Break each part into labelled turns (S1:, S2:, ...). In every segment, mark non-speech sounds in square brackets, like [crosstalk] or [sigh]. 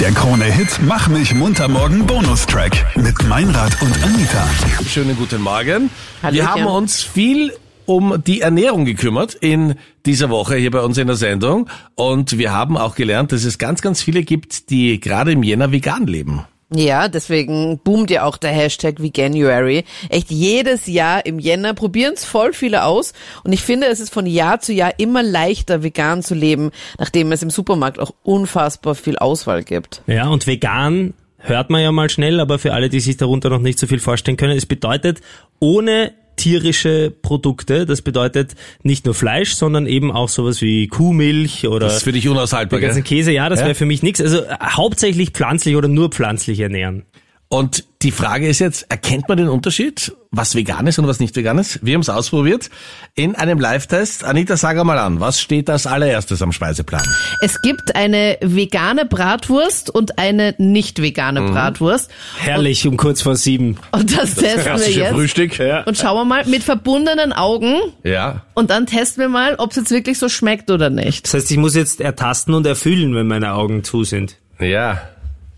S1: Der Krone-Hit Mach mich munter morgen Bonustrack mit Meinrad und Anita.
S2: Schönen guten Morgen. Wir haben
S3: Hallöchen.
S2: uns viel um die Ernährung gekümmert in dieser Woche hier bei uns in der Sendung. Und wir haben auch gelernt, dass es ganz, ganz viele gibt, die gerade im Jänner vegan leben.
S3: Ja, deswegen boomt ja auch der Hashtag Veganuary. Echt jedes Jahr im Jänner probieren's voll viele aus und ich finde, es ist von Jahr zu Jahr immer leichter, vegan zu leben, nachdem es im Supermarkt auch unfassbar viel Auswahl gibt.
S4: Ja, und vegan hört man ja mal schnell, aber für alle, die sich darunter noch nicht so viel vorstellen können, es bedeutet ohne tierische Produkte. Das bedeutet nicht nur Fleisch, sondern eben auch sowas wie Kuhmilch oder
S2: Das ist für dich unaushaltbar,
S4: den ganzen
S2: gell?
S4: Käse. Ja, das
S2: Ja.
S4: wäre für mich nichts. Also äh, hauptsächlich pflanzlich oder nur pflanzlich ernähren.
S2: Und die Frage ist jetzt, erkennt man den Unterschied, was vegan ist und was nicht vegan ist? Wir haben es ausprobiert in einem Live-Test. Anita, sag mal an, was steht als allererstes am Speiseplan?
S3: Es gibt eine vegane Bratwurst und eine nicht vegane
S2: Mhm.
S3: Bratwurst
S4: Herrlich, um kurz vor sieben.
S3: und das, testen wir
S2: Klassische
S3: jetzt
S2: Frühstück. Ja.
S3: und schauen wir mal mit verbundenen Augen
S2: ja.
S3: und dann testen wir mal, ob's jetzt wirklich so schmeckt oder nicht.
S4: Das heißt, ich muss jetzt ertasten und erfüllen, wenn meine Augen zu sind.
S2: Ja.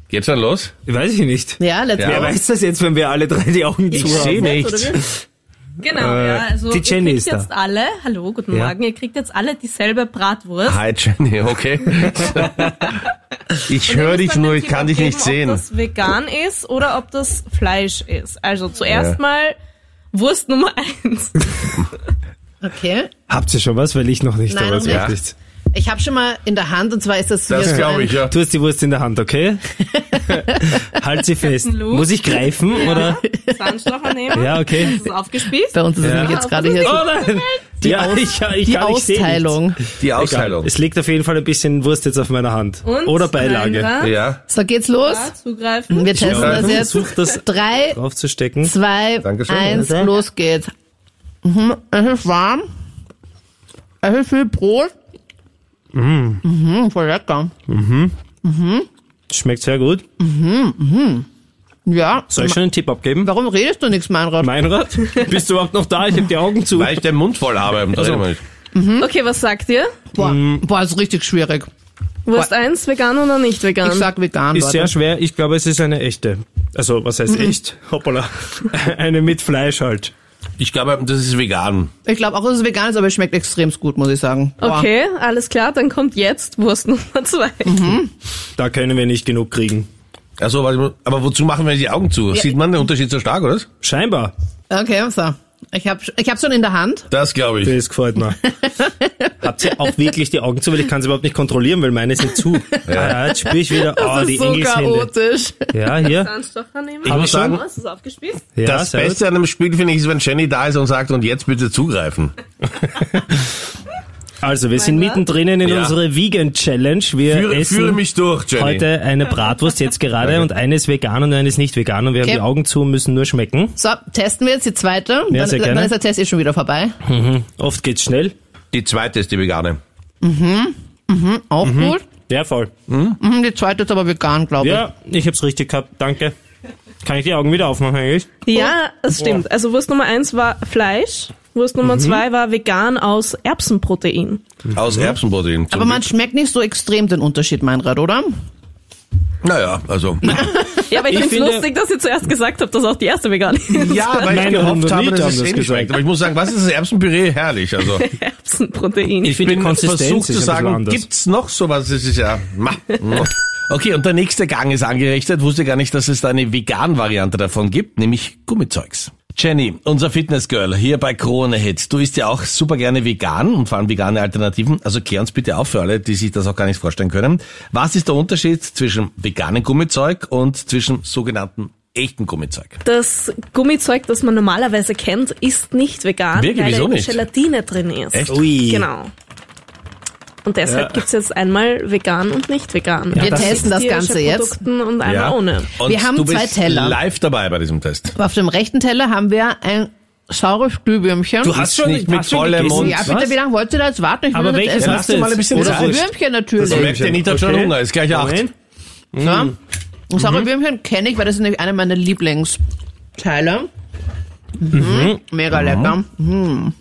S2: Geht's schon los?
S4: Weiß ich nicht.
S3: Ja, let's
S2: Ja,
S3: go.
S4: Wer weiß das jetzt, wenn wir alle drei die Augen zu
S2: seh
S4: haben?
S2: nichts.
S4: Oder wir?
S5: Genau,
S4: Äh,
S5: ja. Also
S4: die Jenny
S5: ihr kriegt
S4: ist da.
S5: jetzt alle, hallo, guten
S4: Ja.
S5: Morgen, ihr kriegt jetzt alle dieselbe Bratwurst.
S2: Hi Jenny, okay. ich
S5: Und ihr
S2: höre
S5: müsst
S2: dich
S5: dann
S2: nur,
S5: den
S2: ich
S5: Tipp
S2: kann dich
S5: abgeben,
S2: nicht sehen.
S5: Ob das vegan ist oder ob das Fleisch ist. Also zuerst mal Wurst Nummer eins.
S3: Okay.
S4: Habt ihr schon was? Weil ich noch nicht,
S3: Nein,
S4: aber
S3: noch
S4: es wird
S2: nicht.
S4: nichts.
S3: Ich habe schon mal in der Hand und zwar ist das,
S2: Das
S3: so
S2: glaube
S3: ein-
S2: ich, ja.
S4: Du hast die Wurst in der Hand, okay? halt sie fest.
S5: Luke.
S4: Muss ich greifen, oder?
S5: Zahnstocher nehmen.
S4: Ja, okay.
S5: Das ist aufgespießt.
S3: Bei uns ist es
S4: Ja.
S3: nämlich jetzt
S5: Ah,
S3: gerade
S5: das
S3: hier
S5: ist
S4: Oh
S3: so
S4: nein! Die, ja, ich, ich
S3: die
S4: kann, ich seh
S3: Austeilung.
S2: Die
S4: nichts. Egal.
S2: Austeilung.
S4: Es liegt auf jeden Fall ein bisschen Wurst jetzt auf meiner Hand.
S5: Und
S4: oder Beilage.
S5: Meinrad,
S2: Ja,
S3: So geht's los.
S5: Ja, zugreifen.
S3: Wir testen
S2: Ja.
S3: das Also jetzt.
S4: Versuch das-
S3: Drei,
S4: Draufzustecken.
S3: zwei,
S2: Dankeschön.
S3: eins,
S4: Ja.
S3: los geht's. Mhm, es ist warm. Es ist viel Brot.
S4: Mm.
S3: Mhm, voll lecker.
S4: Schmeckt sehr gut.
S3: Ja.
S4: Soll ich schon einen Tipp abgeben?
S3: Warum redest du nichts, Meinrad?
S4: Meinrad, bist du überhaupt noch da? Ich habe die Augen zu.
S2: weil ich den Mund voll habe. im
S4: Also-
S2: Dreh-
S3: hm?
S5: Okay, was sagt ihr?
S3: Boah,
S4: Mm.
S3: boah, ist richtig schwierig.
S5: Wurst eins, vegan oder nicht vegan?
S3: Ich sag vegan,
S4: Ist sehr
S3: Leute.
S4: schwer. Ich glaube, es ist eine echte. Also, was heißt echt? Hoppala. [laughs] eine mit Fleisch halt.
S2: Ich glaube, das ist vegan.
S3: Ich glaube auch, dass es vegan ist, aber es schmeckt extrem gut, muss ich sagen. Boah.
S5: okay, alles klar, dann kommt jetzt Wurst Nummer zwei.
S3: Mhm.
S4: Da können wir nicht genug kriegen.
S2: Also, warte, aber wozu machen wir die Augen zu? Sieht man den Unterschied so stark, oder?
S4: Scheinbar.
S3: Okay, so. Ich habe ich hab's schon in der Hand.
S2: Das glaube ich.
S4: Das
S3: [laughs]
S4: gefällt mir. Habt ihr auch wirklich die Augen zu? Weil ich kann es überhaupt nicht kontrollieren, weil meine sind zu. Ah, Ja. jetzt spüre ich wieder, oh,
S3: das
S4: die
S3: ist so
S4: Engelsände.
S3: chaotisch.
S4: Ja, hier.
S5: Zahnstocher nehmen.
S2: Ich muss sagen,
S5: Hast du es aufgespießt?
S4: Ja,
S2: das
S4: sehr gut.
S2: Beste an einem Spiel finde ich ist, wenn Jenny da ist und sagt, und jetzt bitte zugreifen.
S4: Also, wir sind
S5: Meinrad?
S4: mittendrin in
S2: Ja.
S4: unserer Vegan Challenge. Wir
S2: Führe,
S4: essen
S2: führe mich durch, Jenny.
S4: heute eine Bratwurst jetzt gerade und eines vegan und eines nicht vegan und wir
S3: Okay.
S4: haben die Augen zu und müssen nur schmecken.
S3: So, testen wir jetzt die zweite.
S4: Ja,
S3: dann,
S4: sehr gerne.
S3: dann ist der Test eh schon wieder vorbei.
S4: Oft geht's schnell.
S2: Die zweite ist die vegane.
S3: Auch gut.
S4: Ja, voll.
S3: Mhm, die zweite ist aber vegan, glaube ich.
S4: Ja, ich hab's richtig gehabt. Danke. Kann ich die Augen wieder aufmachen eigentlich?
S5: Ja, es stimmt. Also Wurst Nummer eins war Fleisch. Wurst Nummer
S4: Mhm.
S5: zwei war vegan aus Erbsenprotein.
S2: Aus Erbsenprotein.
S3: Aber man schmeckt nicht so extrem den Unterschied, Meinrad, oder?
S2: Naja, also.
S5: Ja, aber ich,
S4: Ich
S5: find's
S4: finde-
S5: lustig, dass ihr zuerst gesagt habt, dass auch die erste
S4: [laughs]
S5: vegan ist.
S2: Ja, weil
S4: Meine Hunde nicht haben das
S2: ähnlich
S4: gesagt.
S2: schmeckt. Aber ich muss sagen, was ist das Erbsenpüree? Herrlich, also.
S5: Erbsenprotein.
S4: Ich finde die Konsistenz
S2: versucht
S4: ist
S2: zu
S4: ein bisschen
S2: sagen,
S4: anders.
S2: gibt's noch sowas? Das ist ja.
S4: [laughs]
S2: Ma. Okay, und der nächste Gang ist angerichtet. Wusste gar nicht, dass es da eine vegan Variante davon gibt, nämlich Gummizeugs. Jenny, unser Fitnessgirl hier bei Krone Hit. Du isst ja auch super gerne vegan und vor allem vegane Alternativen. Also klär uns bitte auf für alle, die sich das auch gar nicht vorstellen können. Was ist der Unterschied zwischen veganem Gummizeug und zwischen sogenannten echten Gummizeug?
S5: Das Gummizeug, das man normalerweise kennt, ist nicht vegan,
S2: Wirklich?
S5: weil
S2: Wieso
S5: da eben
S2: nicht?
S5: Gelatine drin ist.
S2: Echt?
S4: Ui.
S5: Genau. Und
S4: Ja.
S5: deshalb gibt's jetzt einmal vegan und nicht vegan.
S3: Wir
S4: das-
S3: testen das
S5: Tierische
S3: Ganze jetzt.
S5: Produkten und einmal
S2: Ja.
S5: ohne.
S2: Und
S3: Wir haben
S2: du
S3: zwei
S2: bist
S3: Teller.
S2: live dabei bei diesem Test.
S3: Auf dem rechten Teller haben wir ein saures Glühwürmchen.
S4: Du hast
S2: schon-
S4: schon nicht
S2: mit
S4: mit
S2: vollem
S4: vollem
S2: Mund.
S3: ja, bitte, wie lange wollt ihr da jetzt warten? Ich will
S4: Aber
S3: das
S4: welches
S3: essen.
S2: Ja,
S4: hast du
S2: lass dir mal ein
S4: jetzt?
S2: bisschen
S3: Oder
S2: Zeit.
S3: das Würmchen natürlich.
S2: Das
S3: So,
S2: Würmchen. Also Merkt ihr nicht, hat schon Hunger, ist gleich acht.
S4: Moment. Mhm.
S3: saure Würmchen kenne ich, weil das ist nämlich einer meiner
S4: Mhm.
S3: Lieblingsteile. Mhm. Mega lecker. Mhm.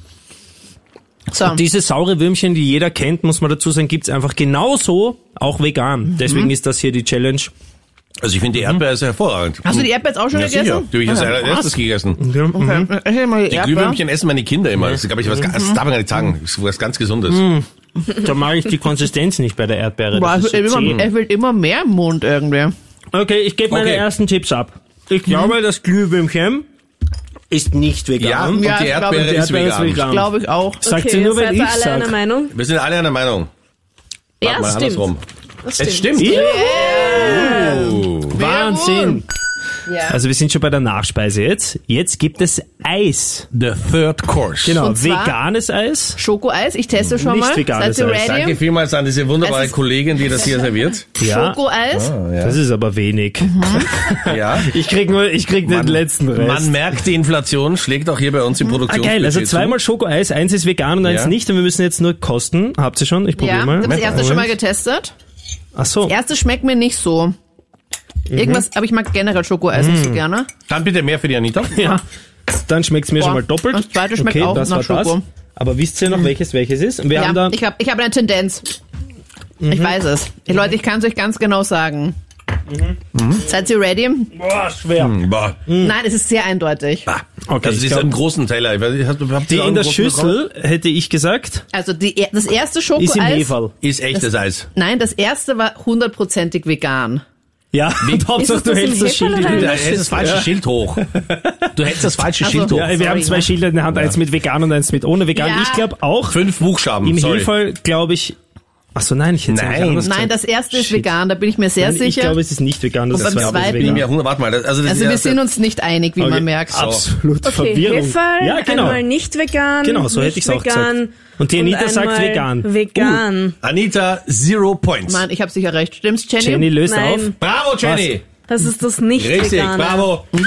S3: So.
S4: Und diese saure Würmchen, die jeder kennt, muss man dazu sagen, gibt's einfach genauso auch vegan. Deswegen ist das hier die Challenge.
S2: Also ich finde die Erdbeere ist hervorragend.
S3: Hast du die Erdbeeren jetzt auch schon
S2: ja, sicher.
S3: gegessen?
S2: Die habe ich als erstes gegessen.
S3: Okay.
S4: Mhm.
S3: Esse mal die
S2: Die
S3: Erdbeeren.
S2: Glühwürmchen essen meine Kinder immer. Das ist, glaube ich, was, ganz- das darf man gar nicht sagen. Das ist was ganz Gesundes.
S4: Da mag ich die Konsistenz nicht bei der Erdbeere.
S3: Boah,
S4: Äh, Das
S3: ich
S4: ist
S3: will,
S4: so
S3: immer,
S4: zäh.
S3: ich will immer mehr im Mund irgendwie.
S4: Okay, ich gebe meine
S2: Okay.
S4: ersten Tipps ab. Ich glaube, das Glühwürmchen ist nicht
S2: Ja,
S4: vegan.
S2: und
S3: Ja,
S2: die
S3: ich glaube,
S2: Erdbeere,
S4: die
S2: ist,
S4: Erdbeere ist
S2: vegan.
S4: vegan.
S3: Glaube ich auch.
S4: Sagt
S5: okay,
S4: sie nur,
S5: seid
S4: wenn
S5: ihr
S4: ich
S5: alle
S4: sag.
S5: einer Meinung?
S2: Wir sind alle einer Meinung.
S5: Ja,
S2: Warte mal,
S5: es stimmt.
S2: andersrum.
S5: Das
S2: Es stimmt. Oh.
S4: Wahnsinn!
S3: Ja.
S4: Also wir sind schon bei der Nachspeise jetzt. Jetzt gibt es Eis.
S2: The third course.
S4: Genau,
S3: Und zwar-
S4: veganes Eis.
S3: Schokoeis, ich teste schon
S4: Nicht
S3: mal.
S4: veganes
S3: Seid ihr
S4: Eis.
S2: Danke
S3: ready?
S2: vielmals an diese
S3: Es
S2: wunderbare
S3: ist-
S2: Kollegin, die das hier serviert.
S4: Ja, Ah,
S3: Schokoeis?
S4: das ist aber wenig.
S2: Mhm. Ja.
S4: [laughs] Ich krieg nur, ich krieg den letzten Rest.
S2: Man merkt, die Inflation schlägt auch hier bei uns im
S4: Ah,
S2: Produktionsbudget
S4: geil, also
S2: zu.
S4: zweimal Schokoeis, eins ist vegan und eins
S2: Ja.
S4: nicht und wir müssen jetzt nur kosten. Habt ihr schon? Ich probiere
S3: Ja, ich
S4: mal.
S3: habe das erste schon mal
S4: Moment.
S3: getestet.
S4: Ach so.
S3: Das erste schmeckt mir nicht so.
S4: Mhm.
S3: Irgendwas, aber ich mag generell Schokoeis nicht so gerne.
S2: Dann bitte mehr für die Anita.
S4: Ja. Dann schmeckt's mir
S3: Boah,
S4: schon mal doppelt.
S3: das zweite schmeckt
S4: okay,
S3: auch
S4: das
S3: nach
S4: war
S3: Schoko. Hm.
S4: Das. Aber wisst ihr noch, welches welches ist? Und wir haben
S3: Ja,
S4: da Mhm.
S3: ich habe ich hab eine Tendenz. Ich weiß es. Leute, ich kann es euch ganz genau sagen.
S4: Mhm.
S3: Seid ihr ready?
S4: Boah, schwer.
S2: Boah.
S3: Nein, es ist sehr eindeutig.
S4: Okay,
S2: Hm. Also
S4: ich
S2: sie ist
S4: glaub-
S2: einen großen Teller. Ich weiß nicht, habt- habt ihr
S4: Die
S2: auch
S4: in
S2: einen
S4: der
S2: großen
S4: Schüssel, hätte ich gesagt,
S3: Also die, das erste
S4: ist im
S3: Schokoeis.
S4: Heferl.
S2: bekommen? Ist echtes Eis.
S3: Nein, das erste war hundertprozentig vegan.
S4: Ja, und [laughs] Hauptsache
S5: es das
S4: du
S5: im
S4: hältst das
S5: Heferl
S4: Schild in
S5: oder
S4: die
S5: in
S2: Du
S4: Hand.
S2: hältst das falsche Schild hoch. Du hältst das falsche
S3: Also-
S2: Schild hoch.
S4: Ja, wir haben
S3: Sorry,
S4: zwei
S3: ne?
S4: Schilder in der Hand, eins mit vegan und eins mit ohne vegan.
S3: Ja.
S4: Ich glaube auch,
S2: Fünf Buchstaben,
S4: im
S2: sorry.
S4: Heferl glaube ich... Ach so, nein, ich hätte es
S2: Nein.
S4: eigentlich anders
S3: Nein,
S4: gesagt.
S3: das erste ist
S4: Shit.
S3: vegan, da bin ich mir sehr
S4: Nein, Ich
S3: sicher.
S4: glaube, es ist nicht vegan, das
S3: Und beim
S4: ist
S3: zweiten-
S2: Bin
S4: vegan.
S2: mir hundert, warte mal. Das, also das
S3: also
S2: ist
S3: wir
S2: erst-
S3: sind uns nicht einig, wie man merkt.
S4: Absolut
S5: Okay,
S4: Verwirrung.
S5: Heferl,
S4: ja, genau.
S5: einmal nicht vegan,
S4: Genau, so
S5: nicht
S4: hätte ich's auch
S5: vegan
S4: gesagt. Und die Anita sagt
S5: einmal
S4: vegan.
S5: Vegan.
S2: Anita, zero points.
S3: Mann, ich habe sicher recht. Stimmt's, Jenny?
S4: Jenny löst
S5: Nein.
S4: auf.
S2: Bravo, Jenny.
S5: Das ist das nicht
S2: Richtig,
S5: vegane.
S2: bravo.
S5: Das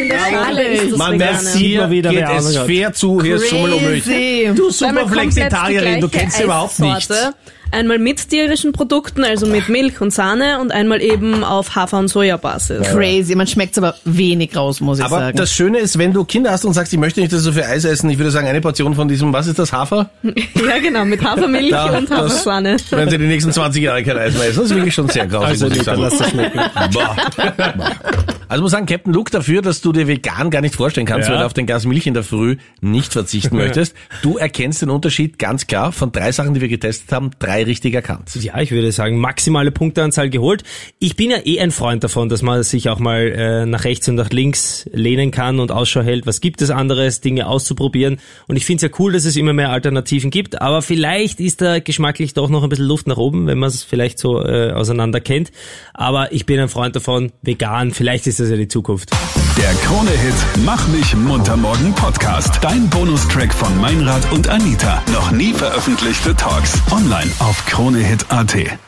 S5: in der
S3: Bravo.
S5: Schale ist das
S2: Man merkt,
S5: vegane.
S4: sieht
S2: hier
S4: man wieder,
S2: geht
S4: wer
S2: es
S4: Ahnung hat.
S2: fair zu. Hier ist Schummel und Milch.
S3: Crazy.
S2: Du
S5: Zweimal
S2: Superflexitarierin,
S5: komplett
S2: du
S5: die
S2: kennst sie
S5: gleiche
S2: überhaupt nicht.
S5: Eissorte. Einmal mit tierischen Produkten, also mit Milch und Sahne und einmal eben auf Hafer- und Sojabasis.
S3: Crazy. Man schmeckt's aber wenig raus, muss ich
S2: Aber
S3: sagen.
S2: das Schöne ist, wenn du Kinder hast und sagst, ich möchte nicht, dass du für Eis essen, ich würde sagen, eine Portion von diesem, was ist das, Hafer?
S5: [laughs] Ja genau, mit Hafermilch
S2: Da,
S5: und
S2: das-
S5: Hafersahne.
S2: Wenn sie die nächsten 20 Jahre kein Eis mehr essen, das ist wirklich schon sehr grausig,
S4: Also,
S2: muss ich
S4: Anita,
S2: sagen.
S4: lass das schmecken.
S2: Boah. Also muss sagen, Captain Luke dafür, dass du dir vegan gar nicht vorstellen kannst,
S4: Ja.
S2: weil du auf den Glas Milch in der Früh nicht
S4: [laughs]
S2: verzichten möchtest. Du erkennst den Unterschied ganz klar von drei Sachen, die wir getestet haben, drei richtig erkannt.
S4: Ja, ich würde sagen, maximale Punkteanzahl geholt. Ich bin ja eh ein Freund davon, dass man sich auch mal äh, nach rechts und nach links lehnen kann und Ausschau hält, was gibt es anderes, Dinge auszuprobieren. Und ich finde es ja cool, dass es immer mehr Alternativen gibt, aber vielleicht ist da geschmacklich doch noch ein bisschen Luft nach oben, wenn man es vielleicht so äh, auseinander kennt. Aber ich bin ein Freund davon, vegan, vielleicht ist das ja die Zukunft.
S1: Der Krone-Hit Mach mich munter morgen Podcast. Dein Bonustrack von Meinrad und Anita. Noch nie veröffentlichte Talks. Online auf kronehit.at.